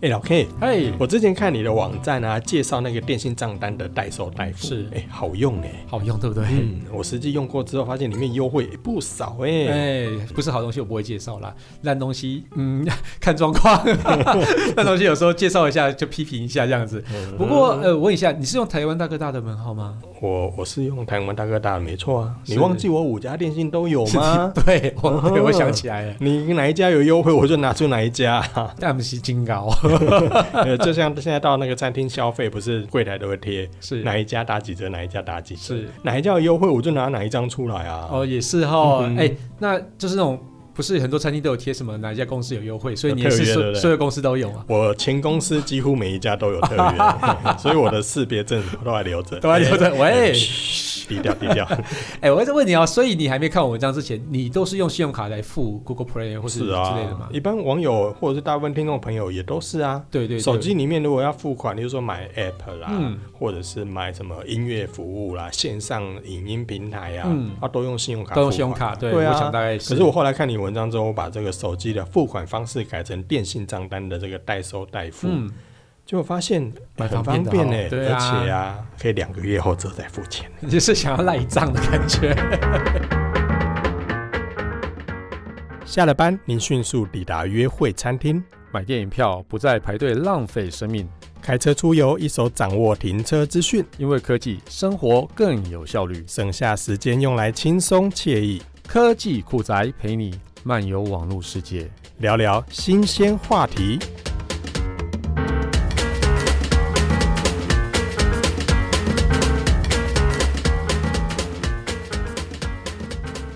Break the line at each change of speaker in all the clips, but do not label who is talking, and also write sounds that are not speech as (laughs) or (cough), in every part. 哎、老 K，
嘿，
我之前看你的网站啊，介绍那个电信账单的代收代付，
是
哎、好用哎、
好用对不对？
嗯，我实际用过之后，发现里面优惠、哎不少哎、
哎、不是好东西我不会介绍啦，烂东西，嗯，看状况，
(laughs)
烂东西有时候介绍一下就批评一下这样子。
嗯
不过呃，我问一下，你是用台湾大哥大的门号吗？
我我是用台湾大哥大的，没错啊。
是
你忘记我五家电信都有吗？
(laughs)
哦
对，我、对我想起来了，
(laughs) 你哪一家有优惠，我就拿出哪一家、 (laughs)
但不是金高，
呃，就像现在到那个餐厅消费，不是柜台都会贴
是
哪一家打几折，哪一家打几折，
是
哪一家有优惠，我就拿哪一张出来啊。
哦，也是哈，哎、
嗯
那就是那种不是很多餐厅都有贴什么哪一家公司有优惠，所以你也
有特
是
约对
所
不对
所有公司都有啊。
我前公司几乎每一家都有特
(laughs)
约，所以我的识别证都还留着，
都还留着
哎
喂
哎嘘低调低
(laughs)
调。
哎、我在问你啊，所以你还没看我文章之前，你都是用信用卡来付 Google Play 或
是
之类的
啊
吗，？
一般网友或者是大部分听众朋友也都是啊。
对对对，
手机里面如果要付款，例如说买 App 啦，
嗯
或者是买什么音乐服务啦、线上影音平台啊，
嗯
啊都用信用卡付款，
都用信用卡，对，
对啊
我想大概
可是我后来看你文章之后，我把这个手机的付款方式改成电信账单的这个代收代付，
嗯，
结果发现
蛮
很
方
方
便的哦
便呢，
对
而
啊
且啊，可以两个月后之后再付钱。
你就是想要赖账的感觉。
下了班，您迅速抵达约会餐厅，
(laughs) 买电影票不再排队浪费生命，
开车出游，一手掌握停车资讯，
因为科技生活更有效率。
省下时间用来轻松惬意
科技酷宅陪你漫游网络世界。
聊聊新鲜话题。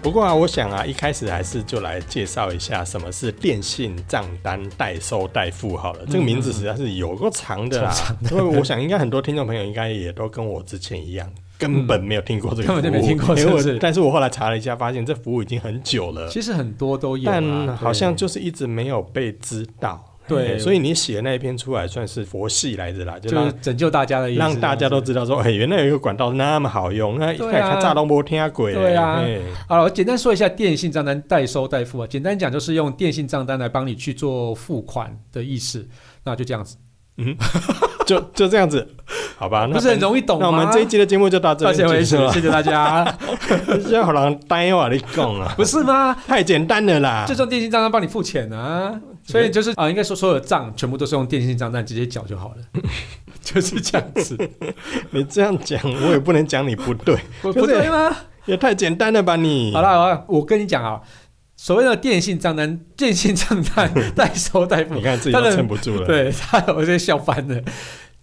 不过啊，我想啊，一开始还是就来介绍一下什么是电信账单代收代付好
嗯
了。这个名字实在是有够长
(laughs)
的啦，因为我想应该很多听众朋友应该也都跟我之前一样，根本没有听过这个服务，
(laughs) 根本就没听过
因为我
是不是
但是我后来查了一下，发现这服务已经很久了，
其实很多都有啊，
但好像
对
就是一直没有被知道。
对
嘿所以你写那一篇出来算是佛系来着啦，就
就
让
是拯救大家的意思，啊
让大家都知道说，哎，原来有一个管道那么好用，那一
对啊
看看炸都没听鬼。
对啊
嘿
好了，我简单说一下电信账单代收代付啊，简单讲就是用电信账单来帮你去做付款的意思，那就这样子，
就就这样子，好吧？那
不是很容易懂吗？
那我们这一期的节目就到这
到此
边
为
结
止
束，了。
谢谢大家，
现 (laughs) 在好难呆哦，你讲啊，
不是吗？
太简单了啦
就。用电信账单帮你付钱啊，
嗯
所以就是啊、应该说所有账全部都是用电信账单直接缴就好了， (laughs) 就是这样子，
你这样讲，我也不能讲你 (laughs) 不对，
(laughs) 不
就是
不对吗？
也太简单了吧你？
好，了好了，我跟你讲啊，所谓的电信账单， (laughs) 电信账
(laughs)
单代收代付
你，看自己都
当然
撑不住了。，
对他我这笑翻了。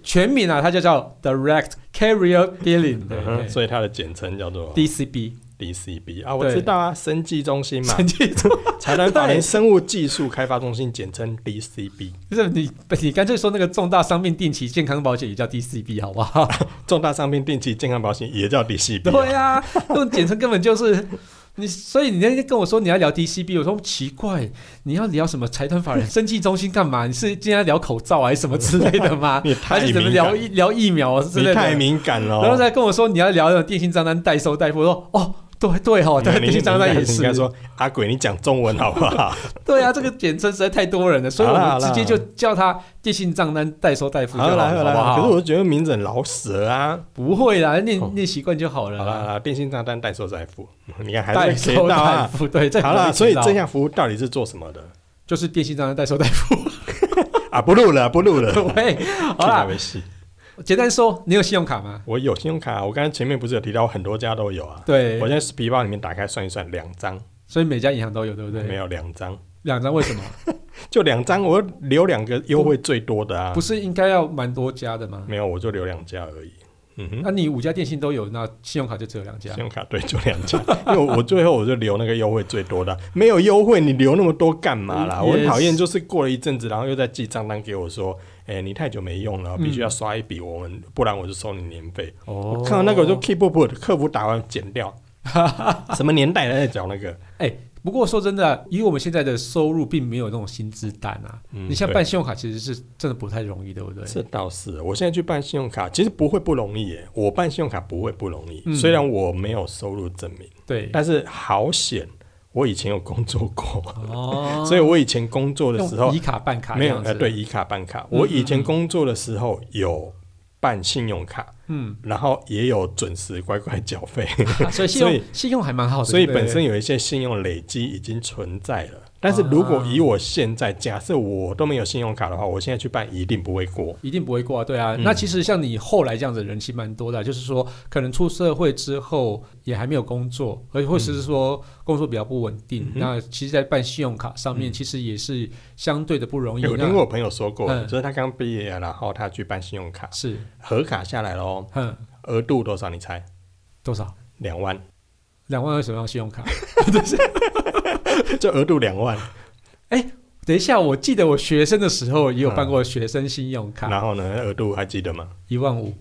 全名啊，它就叫 Direct Carrier Billing，对
嗯
对
哼，所以它的简称叫做
DCB
DCB 啊，我
对
知道啊，生技中心嘛，
神经错，
台南法
对
林生物技术开发中心，简称 DCB。
(laughs) 就是你你干脆说那个重大伤病定期健康保险也叫 DCB 好不好？
重大伤病定期健康保险也叫 DCB 啊、？
对啊，那种简称根本就是。你所以你那天跟我说你要聊 DCB，我说奇怪，你要聊什么财团法人、生技中心干嘛？你是今天要聊口罩还是什么之类的吗
(laughs) 你
还
太敏
是怎么
感，
聊疫聊疫苗之类
你
的？
太敏感了。
然后再跟我说你要聊那种电信账单代收代付，我说哦，对对哦，
你
对，
你
电信账单也是。
你应该说阿鬼，你讲中文好不
(laughs)
好？
对啊，这个简称实在太多人了，所以我
好啦
们
好啦
直接就叫它电信账单代收代付就
好
好
啦好
了，好不嗯
啦，
好？
可是我觉得名字很老舌啊。
不会啦，念
哦
念习惯就好了
好啦好
啦。
啦，电信账单代收再付，你看还
代
是学
收
到
代
啊。
付，对，这
好
很容
啦，
易
所以
知道
这项服务到底是做什么的
就是电信账单代收代付。
啊？不录了，不录
(laughs)
了。
喂，好
(laughs) 去哪
啦，
位戏
简单说，你有信用卡吗？
我有信用卡，啊我刚才前面不是有提到，我很多家都有啊。
对
我，现在皮包里面打开算一算，两张
所以每家银行都有，对不
没
对？
有两张，
两张为
(laughs)
什么？
就两张，我留两个优惠最多的啊。
不是应该要蛮多家的吗？
没有，我就留两家而已。嗯哼，
那你五家电信都有，那信用卡就只有两家
信。用卡对，就两家， (laughs) 因为我我最后我就留那个优惠最多的，没有优惠你留那么多干嘛啦？
嗯
我很
yes
讨厌，就是过了一阵子，然后又再寄账单给我说，哎、你太久没用了，必须要刷一笔，我们不然我就收你年费。
嗯哦
我看到那个我就 keep up，客服打完剪掉，
(laughs)
什么年代在讲那个？
哎、不过说真的啊，以我们现在的收入，并没有那种薪资单啊。
嗯
你像
对
办信用卡，其实是真的不太容易，对不对？
这倒是，我现在去办信用卡，其实不会不容易耶。我办信用卡不会不容易，(laughs)
嗯
虽然我没有收入证明，
对，
但是好险，我以前有工作过，
哦，
所以我以前工作的时候
以卡办卡
没有
这样
呃
子嗯
对，以卡办卡。我以前工作的时候有办信用卡，
嗯，
然后也有准时乖乖缴费，
啊 (laughs) 所以
哎所
信用
以
信用还蛮好的，
所以
哦对不对
本身有一些信用累积已经存在了。但是如
哦
果以我现在假设我都没有信用卡的话，我现在去办一定不会过。
一定不会过啊，对啊。
嗯
那其实像你后来这样子人气蛮多的啊，就是说可能出社会之后也还没有工作，而或者是说工作比较不稳定，
嗯哼
那其实，在办信用卡上面
嗯
其实也是相对的不容易。
有
那
听过我朋友说过，
嗯
就是他刚毕业，然后他去办信用卡，
是，
核卡下来喽，
哼，
额度多少？你猜？
多少？
两万，
两万为什么要信用卡？
就额度两万。
等一下，我记得我学生的时候也有办过学生信用卡，
然后呢，额度还记得吗？ (laughs)
一、万五。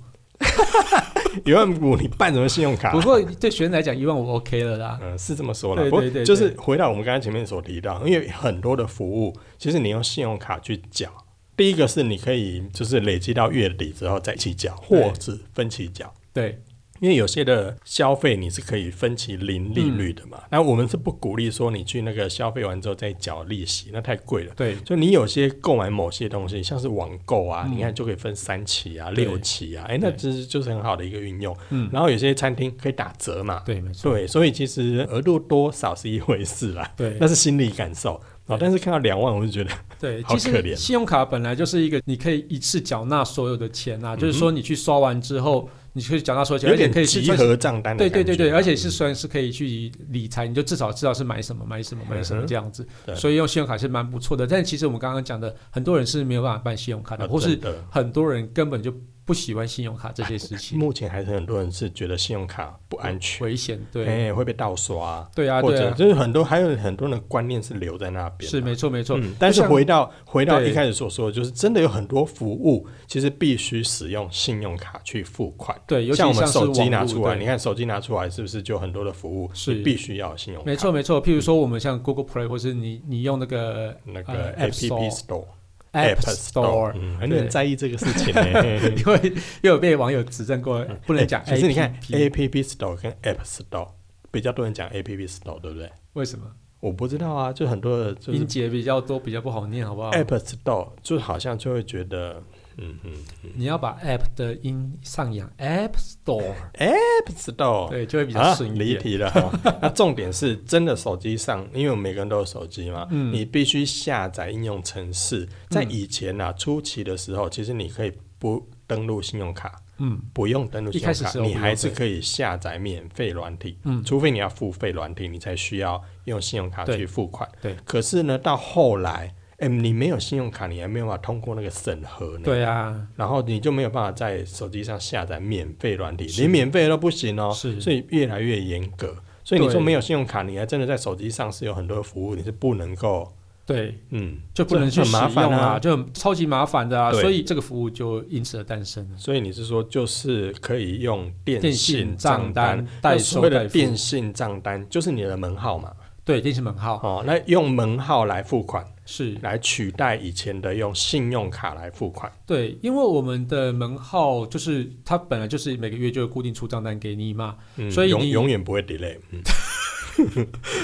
一万五，你办什么信用卡？
不过对学生来讲，一万五 OK 了啦。
嗯，是这么说啦。
对
不过
对对
就是回到我们刚才前面所提到，因为很多的服务，其实你用信用卡去缴，第一个是你可以就是累积到月底之后再一起缴，
对
或是分期缴。
对，
因为有些的消费你是可以分期零利率的嘛，
嗯
那我们是不鼓励说你去那个消费完之后再缴利息，那太贵了。
对，
就你有些购买某些东西，像是网购啊，
嗯
你看就可以分三期啊、
对
六期啊，哎、那
对
其实就是很好的一个运用。
嗯，
然后有些餐厅可以打折嘛，
对，没错，
对，所以其实额度多少是一回事啦，
对
那是心理感受。哦，但是看到两万，我就觉得，
对，
好
其
可
实
怜
信用卡本来就是一个你可以一次缴纳所有的钱啊，就是说你去刷完之后，你可以缴纳所有
嗯
钱，
有
而且
点
可以去
集
算是。
合账单的
对
感觉。
对对对，而且是算是可以去理财，你就至少知道是买什么买什么买什
嗯
么
哼
这样子，
对
所以用信用卡是蛮不错的。但其实我们刚刚讲的，很多人是没有办法办信用卡的，
啊
或是
真的
很多人根本就不喜欢信用卡这些事情，
目前还是很多人是觉得信用卡不安全，
危险。对、
哎、会被盗刷，
对啊
或
对
者
啊，
就是很多还有很多人的观念是留在那边的。
是没错没错。
嗯，但是
像
回到回到
对
一开始所说的，就是真的有很多服务其实必须使用信用卡去付款。
对，尤其
像我们
是
手机
网
拿
络
出来，
对
你看手机拿出来是不是就很多的服务
是
你必须要有信用卡？
没错没错。譬如说我们像 Google Play，或是你你用那个
那个
呃
App
，App Store
Store、
App
Store，
Store，
嗯，很
对
很在意这个事情 (laughs) 呢。
(laughs) 因为又有被网友指正过， (laughs) 不能讲 A
哎可
P
是你看 App Store 跟 App Store 比较多人讲 App Store，对不对？
为什么
我不知道啊，就很多的就是
音节比较多，比较不好念，好不好？
App Store 就好像就会觉得，嗯嗯
你要把 App 的音上扬，App (laughs) Store，
，App Store
对，就会比较
啊，
顺一
离 (laughs)
点。
题了哈。哦那重点是，真的手机上，因为我们每个人都有手机嘛，
嗯
你必须下载应用程式。在
嗯
以前啊，初期的时候，其实你可以不登录信用卡，
嗯，
不用登录信
一开
用
始
卡，
是有
你还是
不用
可以下载免费软体，
嗯
除非你要付费软体，你才需要用信用卡
对
去付款。
对
可是呢，到后来，哎、你没有信用卡，你还没有办法通过那个审核呢。。
对啊，
然后你就没有办法在手机上下载免费软体，
是
连免费都不行哦，
是
所以越来越严格。所以你
对
说没有信用卡，你还真的在手机上是有很多服务，你是不能够，
对，
嗯，
就不能去
这
使
很麻
用
烦
啊，
啊。
就很超级麻烦的啊，
对
所以这个服务就因此而诞生了。
所以你是说，就是可以用电
电信
信
账
账
单
单，
代
那
收
所谓
代
的
付
电信账单就是你的门号嘛，
对，电信门号
哦，那用门号来付款，
是
来取代以前的用信用卡来付款，
对，因为我们的门号就是它本来就是每个月就有固定出账单给你嘛， (laughs)
嗯，
所以
永
你
永远不会 delay，嗯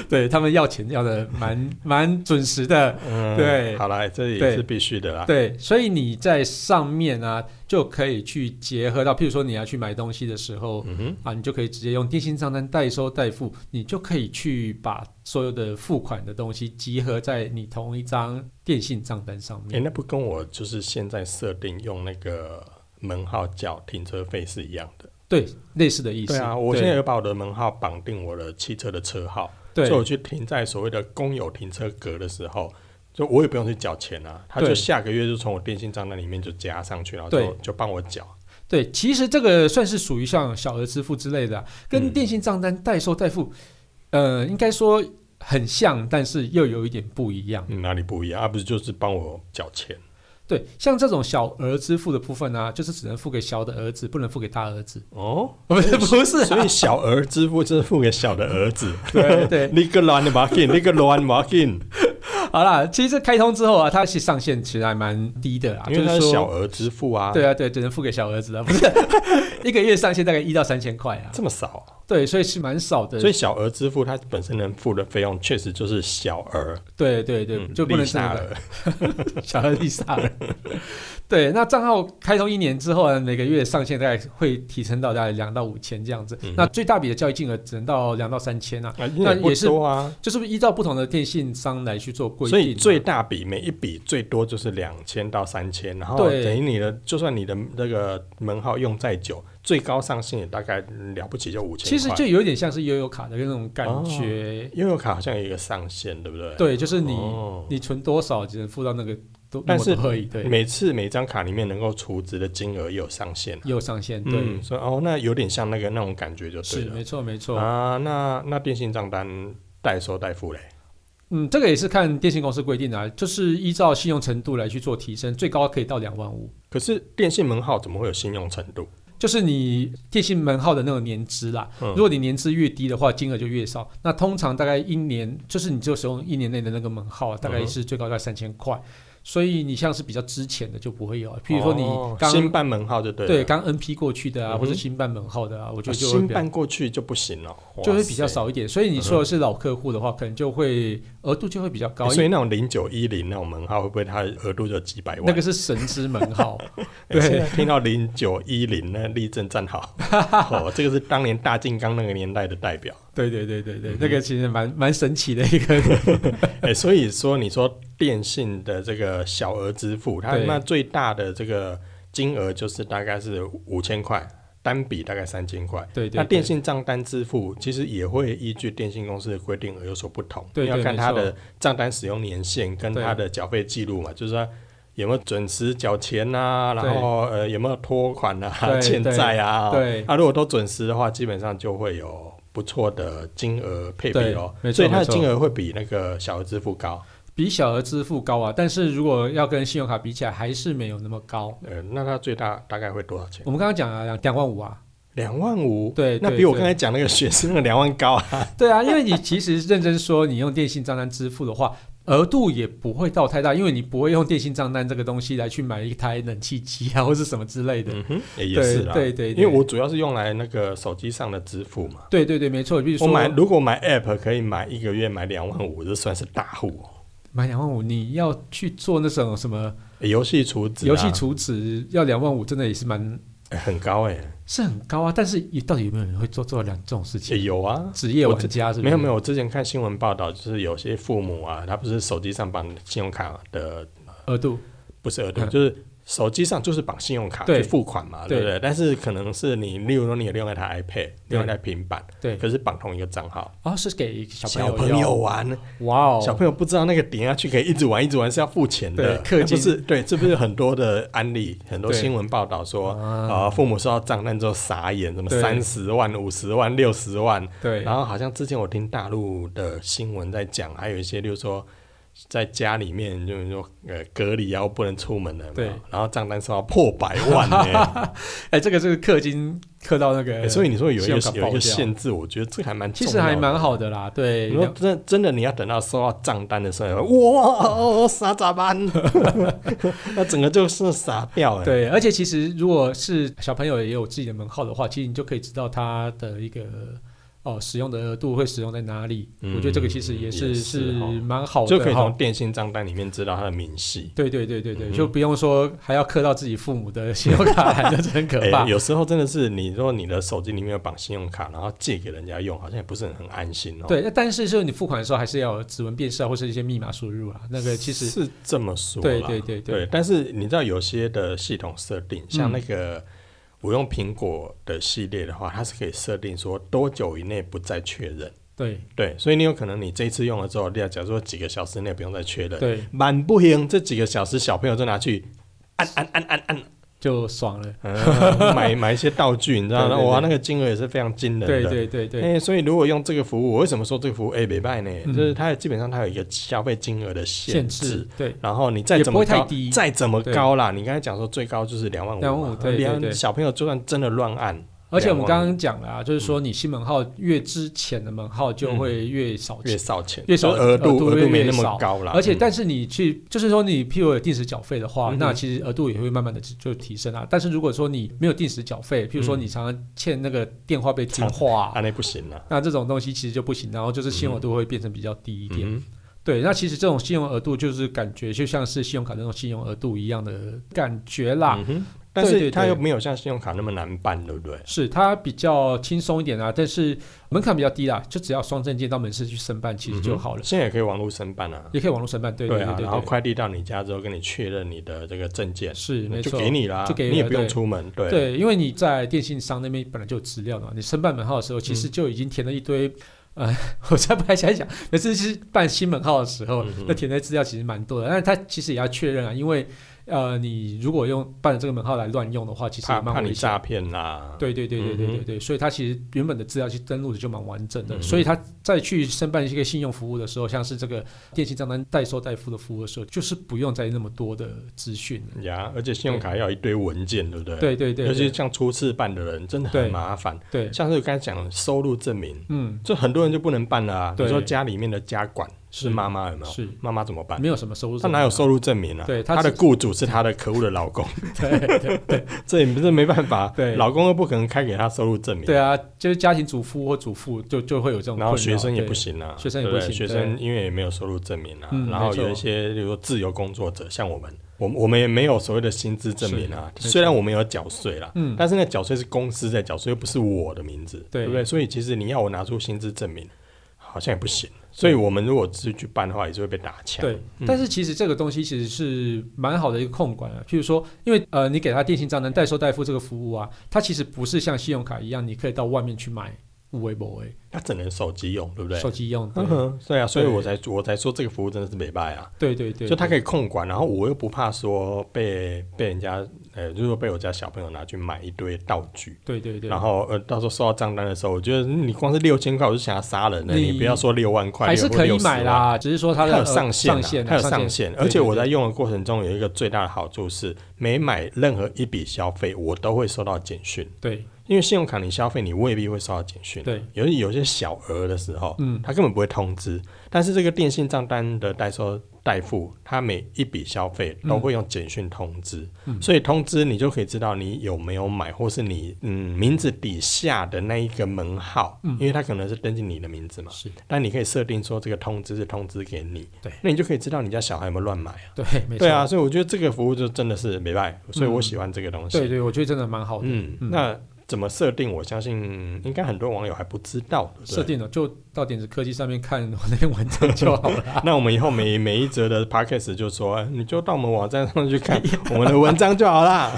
对他们要钱要的蛮蛮准时的，
嗯，
对
好啦，这
对
也是必须的啦，
对，所以你在上面啊就可以去结合到，譬如说你要去买东西的时候、
嗯哼。
啊，你就可以直接用电信账单代收代付，你就可以去把所有的付款的东西集合在你同一张电信账单上
哎、
面。
那不跟我就是现在设定用那个门号缴停车费是一样的？
对，类似的意思。
对啊，我现在有把我的门号绑定我的汽车的车号，
对
所以我
对
去停在所谓的公有停车格的时候，就我也不用去缴钱啊，他就
对
下个月就从我电信账单里面就加上去，然后
对
就就帮我缴。
对，其实这个算是属于像小额支付之类的啊、跟
嗯
电信账单代收代付，呃，应该说很像，但是又有一点不一样。
嗯哪里不一样？啊，不是就是帮我缴钱？
对，像这种小额支付的部分呢、就是只能付给小的儿子，不能付给大儿子。
哦，
(laughs) 不是啊不是、
(laughs) 所以小额支付就是付给小的儿子。
(laughs) 对
(laughs)
对，
那个乱的 marking，那个乱 marking，
好啦，其实这开通之后啊，它是上限其实还蛮低的啦，
因为
啊就
它
是
是
说
小额支付啊，
(laughs) 对啊对，只能付给小儿子了，不是一个月上限大概一到三千块啊。
这么少啊、
对，所以是蛮少的。
所以小额支付它本身能付的费用确实就是小额，
对对对，
嗯
就不
利
能是
差
那个
额，
小额利萨尔。对，那账号开通一年之后啊呢，每个月上限大概会提升到大概两到五千这样子。
嗯
那最大笔的交易金额只能到两到三千啊，
啊
那
也不
也是
多啊。
就是依照不同的电信商来去做规定
所
啊、
以最大笔每一笔最多就是两千到三千，然后
对
等于你的就算你的那个门号用再久，最高上限也大概了不起就五千。
其实就有点像是悠游卡的那种感觉。
悠游卡好像有一个上限，对不对？
对，就是你、
哦
你存多少只能付到那个多，
但是嗯
那么多而已。对，
每次每张卡里面能够储值的金额也有上限、啊。
也有上限。对，
嗯，所以哦，那有点像那个那种感觉就对
是
了
没错没错。
啊。那那电信账单代收代付嘞？
嗯，这个也是看电信公司规定的、啊，就是依照信用程度来去做提升，最高可以到两万五。
可是电信门号怎么会有信用程度？
就是你电信门号的那个年资啦。
嗯
如果你年资越低的话，金额就越少。那通常大概一年，就是你就使用一年内的那个门
嗯
号啊，大概是最高在三千块。所以你像是比较之前的就不会有，啊譬如说你
哦
刚、
新办门号就对了，
对刚 NP 过去的
嗯
啊，
哼
或者新办门号的啊，我觉
啊
得就会
新
比较
办过去就不行了，哇
就会比较
塞。
少一点。所以你说的是老客户的话，可能就会额度就会比较高
欸。所以那种零九一零那种门号，会不会它的额度就几百万？
那个是神之门
(laughs)
号，
欸
对
现在听到零九一零，那立正站
(laughs)
好。哦，这个是当年大金刚那个年代的代表。
对对对对
嗯
对，那个其实蛮蛮神奇的一个，
哎、所以说你说电信的这个小额支付，它
对
那最大的这个金额就是大概是五千块，单笔大概三千块。
对对
那
对
电信账单支付其实也会依据电信公司的规定而有所不同，
对对
要看它
没
的
错
账单使用年限跟
对
它的缴费记录嘛，就是说有没有准时缴钱啊，
对
然后呃有没有拖款啊、
对
(laughs) 欠债啊，
对
啊如果都准时的话，基本上就会有不错的金额配比
对
哦，
没错
所以它的
没错
金额会比那个小额支付高，
比小额支付高啊。但是如果要跟信用卡比起来，还是没有那么高。
呃，那它最大大概会多少钱？
我们刚刚讲啊，两两万五啊，
两万五，
对
那
对
比我
对
刚才讲那个学生的两万高啊，
对啊，因为你其实认真说，你用电信账单支付的话，额度也不会到太大，因为你不会用电信账单这个东西来去买一台冷气机啊，或是什么之类的。
嗯哼， (laughs) 也也
对
是啦，
对对对
因为我主要是用来那个手机上的支付嘛。
对对对，没错，比如
我
说
买如果买 App 可以买一个月买两万五，这算是大户哦、
买两万五，你要去做那种什么
欸游戏储值、啊，
游戏储值，要两万五，真的也是蛮
欸很高哎、
是很高啊。但是也到底有没有人会做做两这种事
欸
情？
有啊。
职业玩
我这
家是不是
没有没有，我之前看新闻报道，就是有些父母啊，他不是手机上绑信用卡的，
额度，
不是额度，
嗯
就是手机上就是绑信用卡
对
去付款嘛，对
对
不对？但是可能是你，例如说你有另外一台 iPad，另外一台平板，
对
可是绑同一个账号，
啊、是给小朋
小
友
朋
用
友玩，
哇哦，
小朋友不知道那个点下去可以一直玩一直玩是要付钱的，
对氪金
不是对，这不是很多的案例，很多
对
新闻报道说，
啊
啊、父母收到账单之后傻眼，什么
对
三十万、五十万、六十万，
对
然后好像之前我听大陆的新闻在讲，还有一些就是说。在家里面就是说，呃，隔离啊，不能出门了，有没有
对
然后账单收到破百万
(laughs)
呢、
哎、这个这个氪金氪到那个，
欸所以你说有一个
信用卡
有一
爆
个
掉
限制，我觉得这个还蛮
其
重
实
要
还
的
蛮好的啦，对，
你说
两
真真的，你要等到收到账单的时候，哇，哦，傻咋
(laughs)
办？那整个就是傻掉欸了。，
对，而且其实如果是小朋友也有自己的门号的话，其实你就可以知道他的一个哦使用的额度会使用在哪里。
嗯
我觉得这个其实也是
也是
是
哦
蛮好
就可
的
以从
哈。
电信账单里面知道他的明细。
对对对对对，
嗯哎
就不用说还要刻到自己父母的信用卡 (laughs) 来，那真的哦很可怕。
有时候真的是，你说你的手机里面有绑信用卡，然后借给人家用，好像也不是很安心哦。，
对，那但是就是你付款的时候还是要有指纹辨识啊，或是一些密码输入啊，那个其实
是这么说啦。
对对对对
对，但是你知道有些的系统设定，像
嗯
那个我用苹果的系列的话，它是可以设定说多久以内不再确认。
对
对，所以你有可能你这一次用了之后，假假如说几个小时内不用再确认，
对，
满不行，这几个小时小朋友就拿去按按按按按，
就爽了。 (laughs)
嗯买买一些道具，你知道
对
吗？
对对
哇，那个金额也是非常惊人的。
对对对对，
哎、所以如果用这个服务，我为什么说这个服务哎没办呢？
嗯
就是它基本上它有一个消费金额的限
限制对。
然后你再
也
怎
不
么
会太
高
低，
再怎么高啦，你刚才讲说最高就是两万五嘛，
25,000对对
连
对
小朋友就算真的乱按，
而且我们刚刚讲了啊，就是
嗯
说你新门号越之前的门号就会越少
越
钱，
少钱，
越少
就是额
额
度
度
额
越
度没那
越
么
少
高啦。
而且
嗯
但是你去，就是说你譬如有定时缴费的
嗯
话，
哼
那其实额度也会慢慢的就提升啊。但是如果说你没有定时缴费，譬如说
嗯
你常常欠那个电话费听话啊、
啊那不行了，
那这种东西其实就不行，然后就是信用额度会变成比较低一点。
嗯
对，那其实这种信用额度就是感觉就像是信用卡那种信用额度一样的感觉啦。
嗯哼，但
对
是
对
它
对
又没有像信用卡那么难办，对不对？
是它比较轻松一点啊，但是门槛比较低啦，就只要双证件到门市去申办其实就好了，
嗯哼现在也可以网络申办啊，
也可以网络申办。对对
啊，
对
然后
对
快递到你家之后，跟你确认你的这个证件，
是没
就
错，
给你啦，
就给
你也
了
不用
对
出门，对
对，因为你在电信商那边本来就有资料嘛，你申办门号的时候，其实就已经填了一堆。呃， (laughs) 我再不太想一想，每次是办新门号的时候
嗯哼，
那填的资料其实蛮多的，但是它其实也要确认啊，因为呃，你如果用办了这个门号来乱用的话，其实也
怕怕
蛮
你
危险
诈
的。
骗啦，
对对对对
嗯
对对
哼
对，所以它其实原本的资料去登录的就蛮完整的，
嗯哼
所以它再去申办一些信用服务的时候，像是这个电信账单代收代付的服务的时候，就是不用再那么多的资讯了。
呀，而且信用卡要一堆文件，对不对？，
对对对，
尤其
对
是像初次办的人，真的很
对
麻烦。
对，
像是刚才讲收入证明，
嗯，
就很多人就不能办了啊。
对
你说家里面的家管是妈妈有没有？
是
妈妈怎么办？
没有什么收入，
她哪有收入证明啊？
对她
她的
只
雇主是她的可恶的老公，
(laughs) 对对
(laughs) 这也这没办法。
对
老公又不可能开给她收入证明。
对啊，就是家庭主妇或主妇就就会有这种困扰，
然后学生也不
对，
行啊，
学生也
对不
不
对
行
学生因为也没有收入证明啊。
嗯
然后
没错
有一些，比如说自由工作者，像我们，我们我们也没有所谓的薪资证明啊。
是没错
虽然我们有缴税啦，
嗯
但是那缴税是公司在缴税，又不是我的名字，
对
不对？所以其实你要我拿出薪资证明，好像也不行。所以我们如果自己去办的话，也是会被打枪。
对，但是其实这个东西其实是蛮好的一个控管啊。譬如说，因为呃，你给他电信账单代收代付这个服务啊，它其实不是像信用卡一样，你可以到外面去买五维博维
它只能手机用，对不对？
手机用。对
嗯哼，对啊，所以我才我才说这个服务真的是没败啊。
对对对，
就他可以控管，然后我又不怕说被被人家，呃，就是说被我家小朋友拿去买一堆道具，
对对对，
然后呃，到时候收到账单的时候，我觉得你光是六千块我就想要杀人了，你
你
不要说六万块，
还是
6
可以买。
或60万
啦，只是说它
它
的
有
呃
上限啊，
上限啊
它有上
上
限，
对
而且
对
我在
对
用的过程中有一个最大的好处是，每买任何一笔消费，我都会收到简讯。
对
因为信用卡你消费，你未必会收到简讯。啊
对，
有有些小额的时候，
嗯
他根本不会通知。但是这个电信账单的代收代付，它每一笔消费都会用简讯通知，
嗯
所以通知你就可以知道你有没有买，或是你嗯名字底下的那一个门号，
嗯
因为它可能是登记你的名字嘛，
是，
但你可以设定说这个通知是通知给你，
对
那你就可以知道你家小孩有没有乱买啊。
对没错，嗯
对啊，所以我觉得这个服务就真的是没败，所以我喜欢这个东西。
对对，我觉得真的蛮好的。
嗯，那怎么设定？我相信应该很多网友还不知道。对不对
设。定了，就到点子科技上面看我那篇文章就好
(laughs)
了。
那我们以后每每一则的 podcast 就说，哎你就到我们网站上去
(laughs)
看我们的文章就好啦。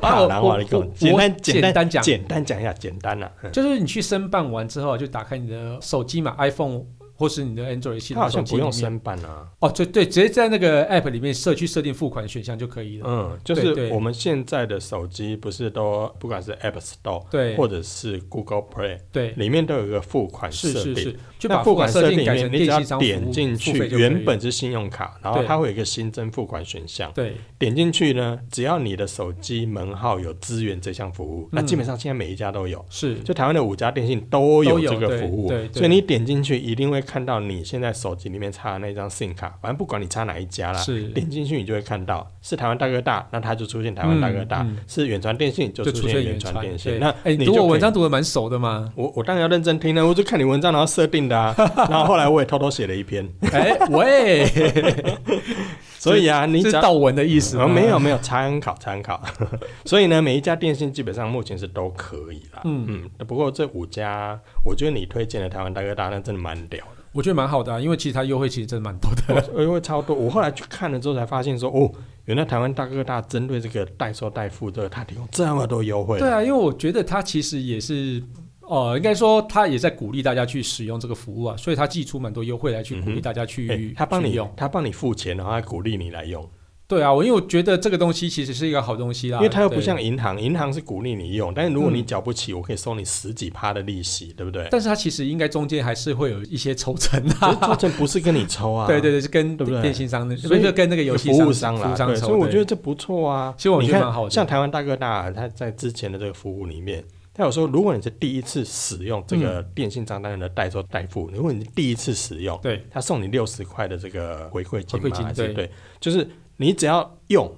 好，
我
然后
哎啊我
你跟我
我
简单
我
单
简单讲
简单讲一下，简单啦。嗯
就是你去申办完之后，就打开你的手机嘛，iPhone 或是你的 Android 系
他
统
好
手
像
机
不
里
用
面。
申办啊，
哦，对对，直接在那个 App 里面社区设定付款选项就可以了。
嗯，就
对
是
对
我们现在的手机不是都不管是 App Store
对
或者是 Google Play
对，
里面都有一个付款
是
设
是
定，
是，就
那
把
付
付
款
款
设
设
定
定
里
改
面
成
你只要
电信商服务
点进去
付费就可以了
原本是信用卡，然后
对
它会有一个新增付款选项。
对
点进去呢，只要你的手机门号有支援这项服务，
嗯
那基本上现在每一家都有，
是
就台湾的五家电信都有
都有
这个服务
对对，对
所以你点进去一定会看到你现在手机里面插的那张 SIM 卡，反正不管你插哪一家啦，
是
点进去你就会看到是台湾大哥大，那它就出现台湾大哥大；
嗯嗯
是远传电信就
就
出
出
现
现原
传电信。
对
那
哎，
你
你读
就
我
可以。
文章读的蛮熟的嘛
(laughs) 我我当然要认真听啊了，我就看你文章然后设定的
(laughs)
啊，然后后来我也偷偷写了一篇，
哎喂，
所以啊， (laughs) 你
这
只
是
要。
道文的意思吗？
哦，没有，没有，参考参考。 (laughs) 所以呢，每一家电信基本上目前是都可以啦。嗯嗯，不过这五家，我觉得你推荐的台湾大哥大那真的蛮屌的，
我觉得蛮好的啊，因为其实它优惠其实真的蛮多 (laughs) 的。
我因为超多。我后来去看了之后才发现说，哦，原来台湾大哥大针对这个代收代付这个，它提供这么多优惠。
对，啊，因为我觉得它其实也是，呃，应该说它也在鼓励大家去使用这个服务啊，所以它寄出蛮多优惠来去鼓
嗯哼
励大家去、
哎，他帮
去
你
用。，
他帮你付钱，然后还鼓励你来用，
对啊，我因为我觉得这个东西其实是一个好东西啦，
因为他又不
对
像。银行，银行是鼓励你用，但是如果你
嗯啊
缴不起，我可以收你十几趴的利息，对不对？
但是它其实应该中间还是会有一些抽成
可是抽
啊，
成不是跟你抽啊，
(laughs) 对对对，是跟
对不对
电信商的，
所以
不是跟那个游戏
服务商
服
啦，
务商
对，
抽
所以我
对
觉得这不错啊。
其实我
你
觉得
看，
蛮好的
啊像台湾大哥大，他在之前的这个服务里面，但有时候如果你是第一次使用这个
嗯
电信账单的代收代付，如果你是第一次使用，
对，
他送你六十块的这个回馈金
回馈
吗
金
还是
对
对，就是你只要用。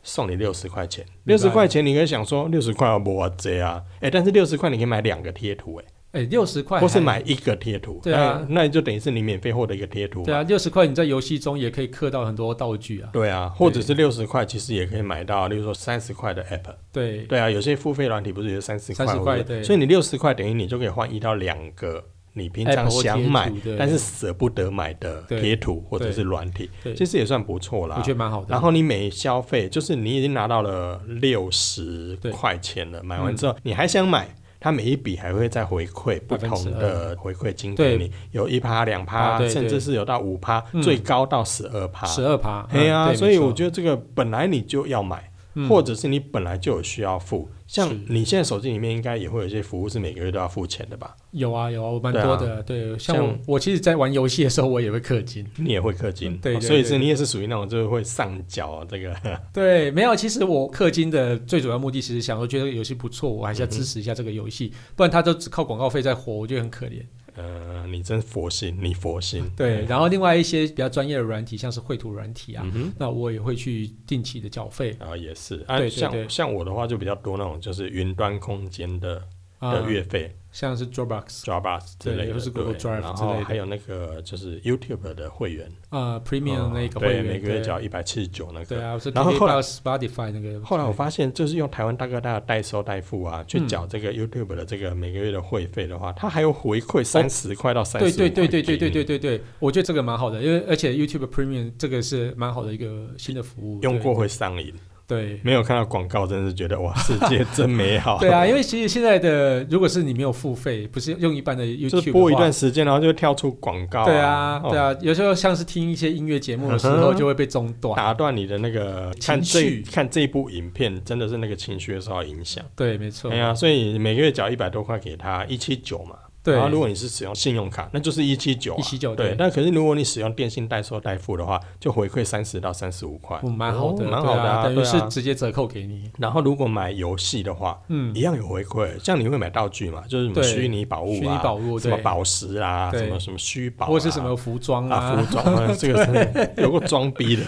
送你六十块钱，六
明白
十块钱你可以想说六十块我不这啊，哎、但是六十块你可以买两个贴图、哎，
哎，六十块还，
或是买一个贴图，哎
对啊
那那你就等于是你免费获得一个贴图嘛，
对啊，六十块你在游戏中也可以刻到很多道具啊。
对啊，或者是六十块，其实也可以买到，例如说三十块的 app。
对，
对啊，有些付费软体不是有三十块？
30块
或者
对
所以你六十块等于你就可以换一到两个你平常
App 或
想
贴图
买
对
但是舍不得买的
对
贴图或者是软体
对，
其实也算不错
我
啦
觉。得蛮好的。
啊然后你每消费，就是你已经拿到了六十
对
块钱了，买完之后你还想买，它每一笔还会再回馈不同的回馈金给
对
你，有一趴、两
啊
趴，
对
甚
对
至是有到五趴
嗯，
最高到十二趴。
十二趴，
哎呀、
嗯对
所以
没错
我觉得这个本来你就要买，
嗯
或者是你本来就有需要付。像
是
你现在手机里面应该也会有一些服务是每个月都要付钱的吧？
有啊有啊，我蛮
对啊
多的。对，像我
像
我其实，在玩游戏的时候，我也会
(laughs)
氪金。
你也会氪金，
嗯对
哦
对
所以
对
是你也是属于那种就是会上缴这个
对，没有，其实我氪金的最主要目的，其实想说觉得这个游戏不错，我还是
嗯
要支持一下这个游戏，不然它都只靠广告费在活，我觉得很可怜。
呃，你真佛心，你佛心。
对，然后另外一些比较专业的软体，像是绘图软体啊，
啊嗯哼。
那我也会去定期的缴费
啊，也是啊，
对对对
像像我的话就比较多那种，就是云端空间的
啊
的，月费
像是 Dropbox
，Dropbox 之
对
类的，
或是 Google
对
Drive
然
之类
后
的
还有那个就是 YouTube 的会员，
啊
哦
，Premium 那个会
对，
员，
每个月
对
缴一百七十九那个，
对啊，我是
然后后来
KKBOX Spotify 那个，
后来我发现，就是用台湾大哥大的代收代付
嗯
啊，去缴这个 YouTube 的这个每个月的会费的话，它还有回馈三十块到三
对
十。
对对对对对对。对对，我觉得这个蛮好的，因为而且 YouTube Premium 这个是蛮好的一个新的服务，
用
对
过会上瘾，
对。 (laughs)
没有看到广告，真是觉得哇，世界真美好。
对
(laughs)
啊，因为其实现在的，如果是你没有付费，不是用一般的 YouTube，
就是
的
播一
话
段时间，然后就会跳出广告、
对啊，对
哦，
啊，有时候像是听一些音乐节目的时
嗯
候，
哼
就会被中断。
打断你的那个看
情绪
这看这一部影片，真的是那个情绪受到影响。
对，没错
哎。呀，所以每个月缴一百多块给他，一七九嘛。
对
然后如果你是使用信用卡，那就是一七九。啊
179
对
对。
但可是如果你使用电信代收代付的话，就回馈三十到三十五块
嗯，，蛮好的，
哦蛮
对
好的
啊，
啊
等于
对
是
啊
直接折扣给你。
然后如果买游戏的话，
嗯
一，样有回馈。像你会买道具嘛，就是什么
对
虚拟宝物啊，
虚拟宝物
什么
对
宝石啊，
对
什么什么虚宝、啊，
或是什么服装
啊服装
(laughs)
啊，这个真的有个装逼的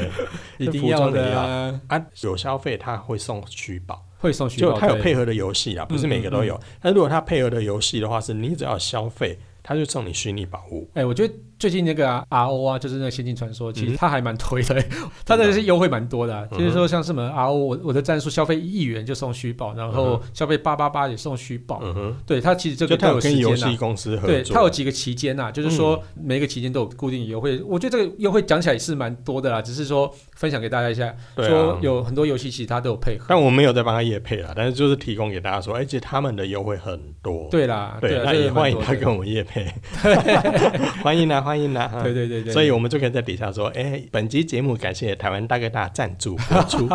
一定
服
要
装
的
也要
啊，
啊。有消费他会送虚宝，
会送虚
就
报。
他有
对嗯
配合的游戏啊，不是每个都有。但如果他配合的游戏的话，是你只要有消费，他就送你虚拟宝物。
哎、我觉得最近那个、啊、RO 啊，就是那个《仙境传说》，其
嗯
实它还蛮推的、 (laughs) 它
哦
那个是优惠蛮多的啊、就是说像什么 RO，我我的战术消费一元就送虚宝，然后消费八八八也送虚宝、
嗯哼，
对，它其实这
就
个
他
都
有
时
跟游
间
戏
啊。
公司合
对，
作，
它有几个期间呐、啊，就是说
嗯
每一个期间都有固定优惠、我觉得这个优惠讲起来是蛮多的啦，只是说分享给大家一下，
对啊
说有很多游戏其实它都有配合。
但我没有在帮他业配啦，但是就是提供给大家说，而且他们的优惠很多。
对啦，
对
啊，
那
这个
也欢迎
蛮多
他
的
跟我们业配， (laughs) 欢迎啦，欢迎啦。
对对对对，
所以我们就可以在底下说，哎、本集节目感谢台湾大哥大赞助播出，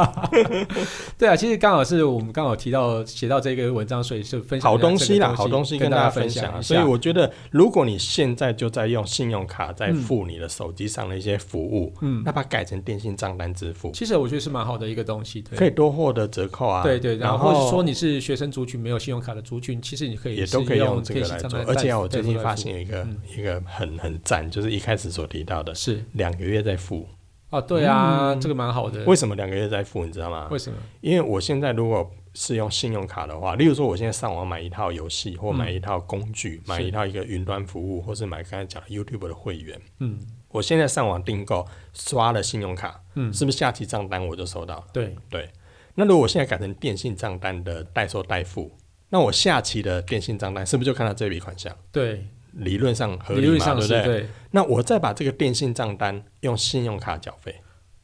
对啊，其实刚好是我们刚好提到写到这个文章，所以就分享
好
一下这个
东西啦，
东
好东西
跟
跟大家
分
分享啊。
一
所以
下
我觉得，如果你现在就在用信用卡在
嗯
付你的手机上的一些服务，
嗯
那把它改成电信账单支付，
其实我觉得是蛮好的一个东西，对。
可以多获得折扣啊。
对对，然
然
后或者说你是学生族群没有信用卡的族群，其实你可以
也
是
都可以用这个
电信
来
账
做
单。
而且啊
代
我最近
代付
发现一个、
嗯
一个很很赞，就是一开始所提到的，
是
两个月再付。
哦，对啊，这个蛮好的。
嗯为什么两个月再付？你知道吗？
为什么？
因为我现在如果是用信用卡的话，例如说我现在上网买一套游戏，
嗯
或买一套工具，买一套一个云端服务，或是买刚才讲的 YouTube 的会员，
嗯，
我现在上网订购，刷了信用卡，
嗯
是不是下期账单我就收到了？
对，
对。那如果我现在改成电信账单的代收代付，那我下期的电信账单是不是就看到这笔款项？
对，
理论上合理
理
嘛，
论上是
对不对？
对。
那我再把这个电信账单用信用卡缴费，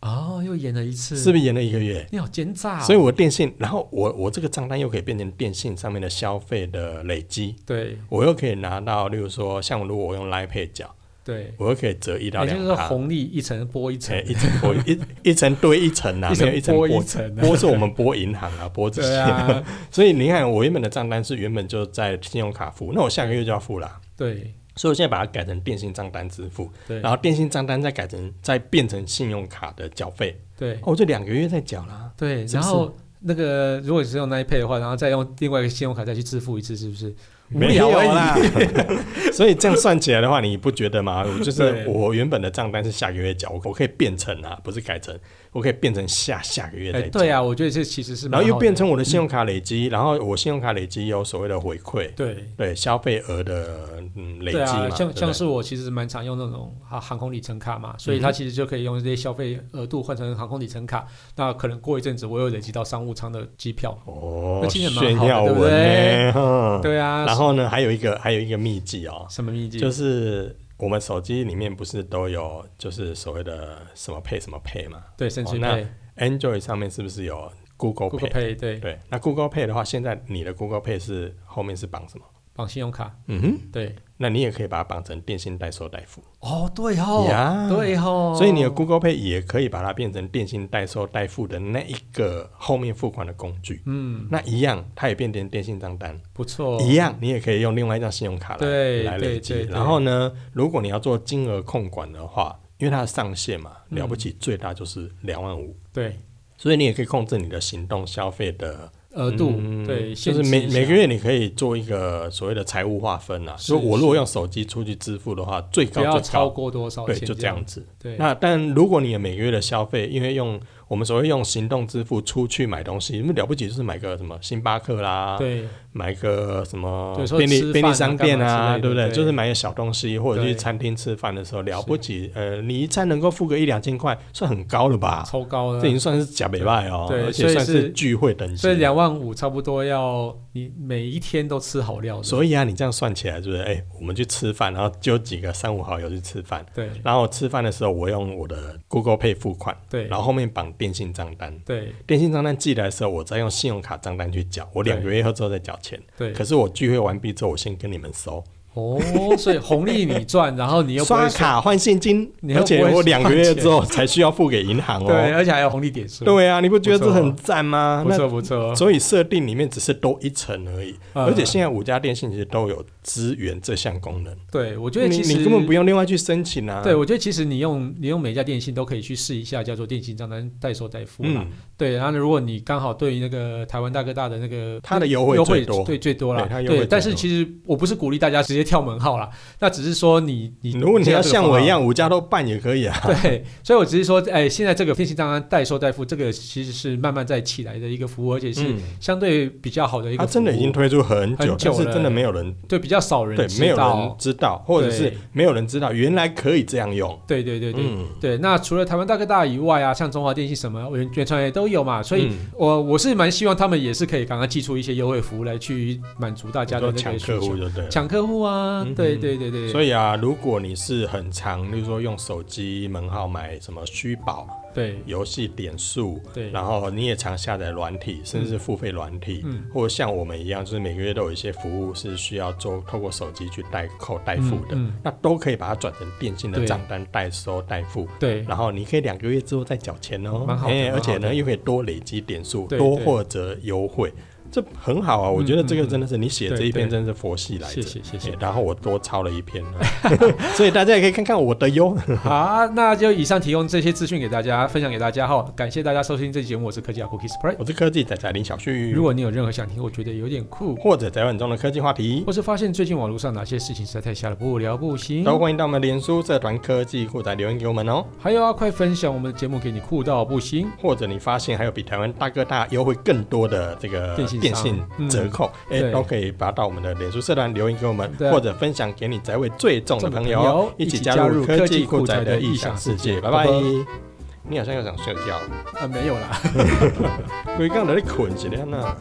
哦，又演了一次，
是不是延了一个月？
你好奸诈哦。
所以我电信，然后我我这个账单又可以变成电信上面的消费的累积，
对
我又可以拿到，例如说像如果我用 Line Pay 缴，
对，
我又可以折一到
也就是
两
说
趴，
红利一层剥一层
哎，一层剥一 (laughs) 一层堆一层啊，没有一层
剥一
剥
层啊。
剥是我们剥银行啊，剥这
(laughs) 对
些。
啊，
所以你看，我原本的账单是原本就在信用卡付，那我下个月就要付啦、
对
所以我现在把它改成电信账单支付，
对
然后电信账单再改成再变成信用卡的缴费，
对
哦，我就两个月再缴啦。
对，
是
然
不是
后那个如果你是用 Line Pay 的话，然后再用另外一个信用卡再去支付一次，是不是？无
没
聊啊
有
而已
啦。 (laughs) 所以这样算起来的话，你不觉得吗？我
(laughs)
就是
对
我原本的账单是下个月缴，我可以变成啊，不是改成，我可以变成下下个月
哎
再，缴。
对啊，我觉得这其实是
然
蛮
后
好
又
的
变成我的信用卡累积，然后我信用卡累积有所谓的回馈，
对。
对消费额的嗯累积
对
嘛，
啊，
对不
像
对
像是我其实蛮常用那种航航空里程卡嘛，所以
嗯
它其实就可以用这些消费额度换成航空里程卡。那可能过一阵子我又累积到商务舱的机票。
哦
那其实
炫
蛮好的
耀
对不
文呢
(laughs) 对
哈，
对啊，
嗯然后呢，还有一个还有一个秘籍哦，
什么秘籍？
就是我们手机里面不是都有就是所谓的什么配什么配嘛
对，甚至
哦那
Pay、
，Android 上面是不是有 Google
Google
Pay？
Pay 对，
对，那 Google Pay 的话，现在你的 Google Pay 是后面是绑什么？
绑信用卡，
嗯哼，
对。
那你也可以把它绑成电信代收代付
哦，对哦
呀
对哦。
所以你的 Google Pay 也可以把它变成电信代收代付的那一个后面付款的工具。
嗯
那一样，它也变成电信账单，
不错，
一样，你也可以用另外一张信用卡来
对
来累积。
对对对
然后呢，如果你要做金额控管的话，因为它的上限嘛，了不起最大就是两万五，
对
所以你也可以控制你的行动消费的
额度、
嗯
对，
就是
限制
每
一下
每个月你可以做一个所谓的财务划分啦。
是
所以我如果用手机出去支付的话，最
不
高
要
最
超
高，
过多少
对，
钱，
就这样子。
对，
那但如果你的每个月的消费，因为用我们所谓用行动支付出去买东西，那么了不起就是买个什么星巴克啦，
对
买个什么
对说
便
吃
利
饭啊
便利商店
干嘛之
啊，
类的
对不对？
对
就是买个小东西或者去
对
餐厅吃饭的时候了不起，呃，你一餐能够付个一两千块，算很高了吧？
超高
啊这已经
了。
算是假北拜哦，
啊对
而且
所以
算
是
聚会等级。
所以两万五差不多要你每一天都吃好料的，
所以啊，你这样算起来，就是哎、我们去吃饭，然后就几个三五好友去吃饭，
对
然后吃饭的时候，我用我的 Google Pay 付款，
对
然后后面绑电信账单，
对
电信账单寄来的时候，我再用信用卡账单去缴，我两个月后之后再缴钱。
对
可是我聚会完毕之后，我先跟你们收，
哦，所以红利你赚，然后你又不
刷
会
卡换现金，
你又
而
不会
且我两个月
放钱
之后才需要付给银行
(laughs) 对，
哦。
而且还有红利点数，
对啊，你不觉得
不错
这很赞吗？
不
那
错不错，啊
所以设定里面只是多一层而已，
嗯
而且现在五家电信其实都有支援这项功能。
对我觉得其实
你你根本不用另外去申请啊。
对，我觉得其实你用你用每一家电信都可以去试一下，叫做电信账单代收代付啦。
嗯，
对，然后如果你刚好对于那个台湾大哥大的那个
它的优惠
优
最
惠
多。
对最多啦
对它优惠最
对，但是
多
其实我不是鼓励大家直接跳门号啦，那只是说你你
如果你要
现在这个
像我
方
一
案。
样五家都办也可以啊。
对，所以我只是说，哎，现在这个电信账单代收代付，这个其实是慢慢在起来的一个服务，而且是
嗯，
相对比较好的一个
它
服务。
真的已经推出很久，
很久
但是
了
真的没有人
对比较少人
对，
知
没有人
道。
知道，或者是
对
没有人知道原来可以这样用。
对对对对、
嗯，
对。那除了台湾大哥大以外啊，像中华电信什么原原创也都有嘛，所以
嗯
我我是蛮希望他们也是可以赶快寄出一些优惠服务来去满足大家的
我说
那
抢
个需
客户
求，
就对了。
抢客户啊，
嗯
对
嗯
对对对，
所
以
以啊，如果你是很常，例如说用手机门号买什么虚宝、
对
游戏点数，
对
然后你也常下载软体，甚至是付费软体，
嗯
或者像我们一样，就是每个月都有一些服务是需要做透过手机去代扣代付的，
嗯嗯
那都可以把它转成电信的
对
账单代收代付。
对
然后你可以两个月之后再缴钱哦，
蛮好的
哎
蛮好
而
的
且呢又可以多累积点数，
对
多
对
获得优惠，这很好啊！我觉得这个真的是你写这一篇真的是佛系来着，
嗯谢谢谢谢
哎然后我多抄了一篇啊，
(laughs)
所以大家也可以看看我的哟。
好，那就以上提供这些资讯给大家，分享给大家哈。感谢大家收听这期节目，我是科技阿酷 Kiss Play。
我是科技仔仔林小旭，
如果你有任何想听，我觉得有点酷，
或者宅晚中的科技话题，
或是发现最近网络上哪些事情实在太瞎了，不聊不行。
都欢迎到我们脸书社团科技酷仔留言给我们哦。
还有啊，快分享我们的节目给你酷到不行。
或者你发现还有比台湾大哥大优惠更多的这个
电信商嗯
电信折扣，哎、
对
都可以把到我们的脸书社团留言给我们，
对
或者分享给你宅位最重的朋
重的朋友
一起
一起加入
科
科
技
技
酷
酷
宅
宅
的
的
异
异
想
想
世
世
界。
界
拜拜
拜拜。
你好像要想睡觉，
啊，没有啦。
规刚在那困一下呢。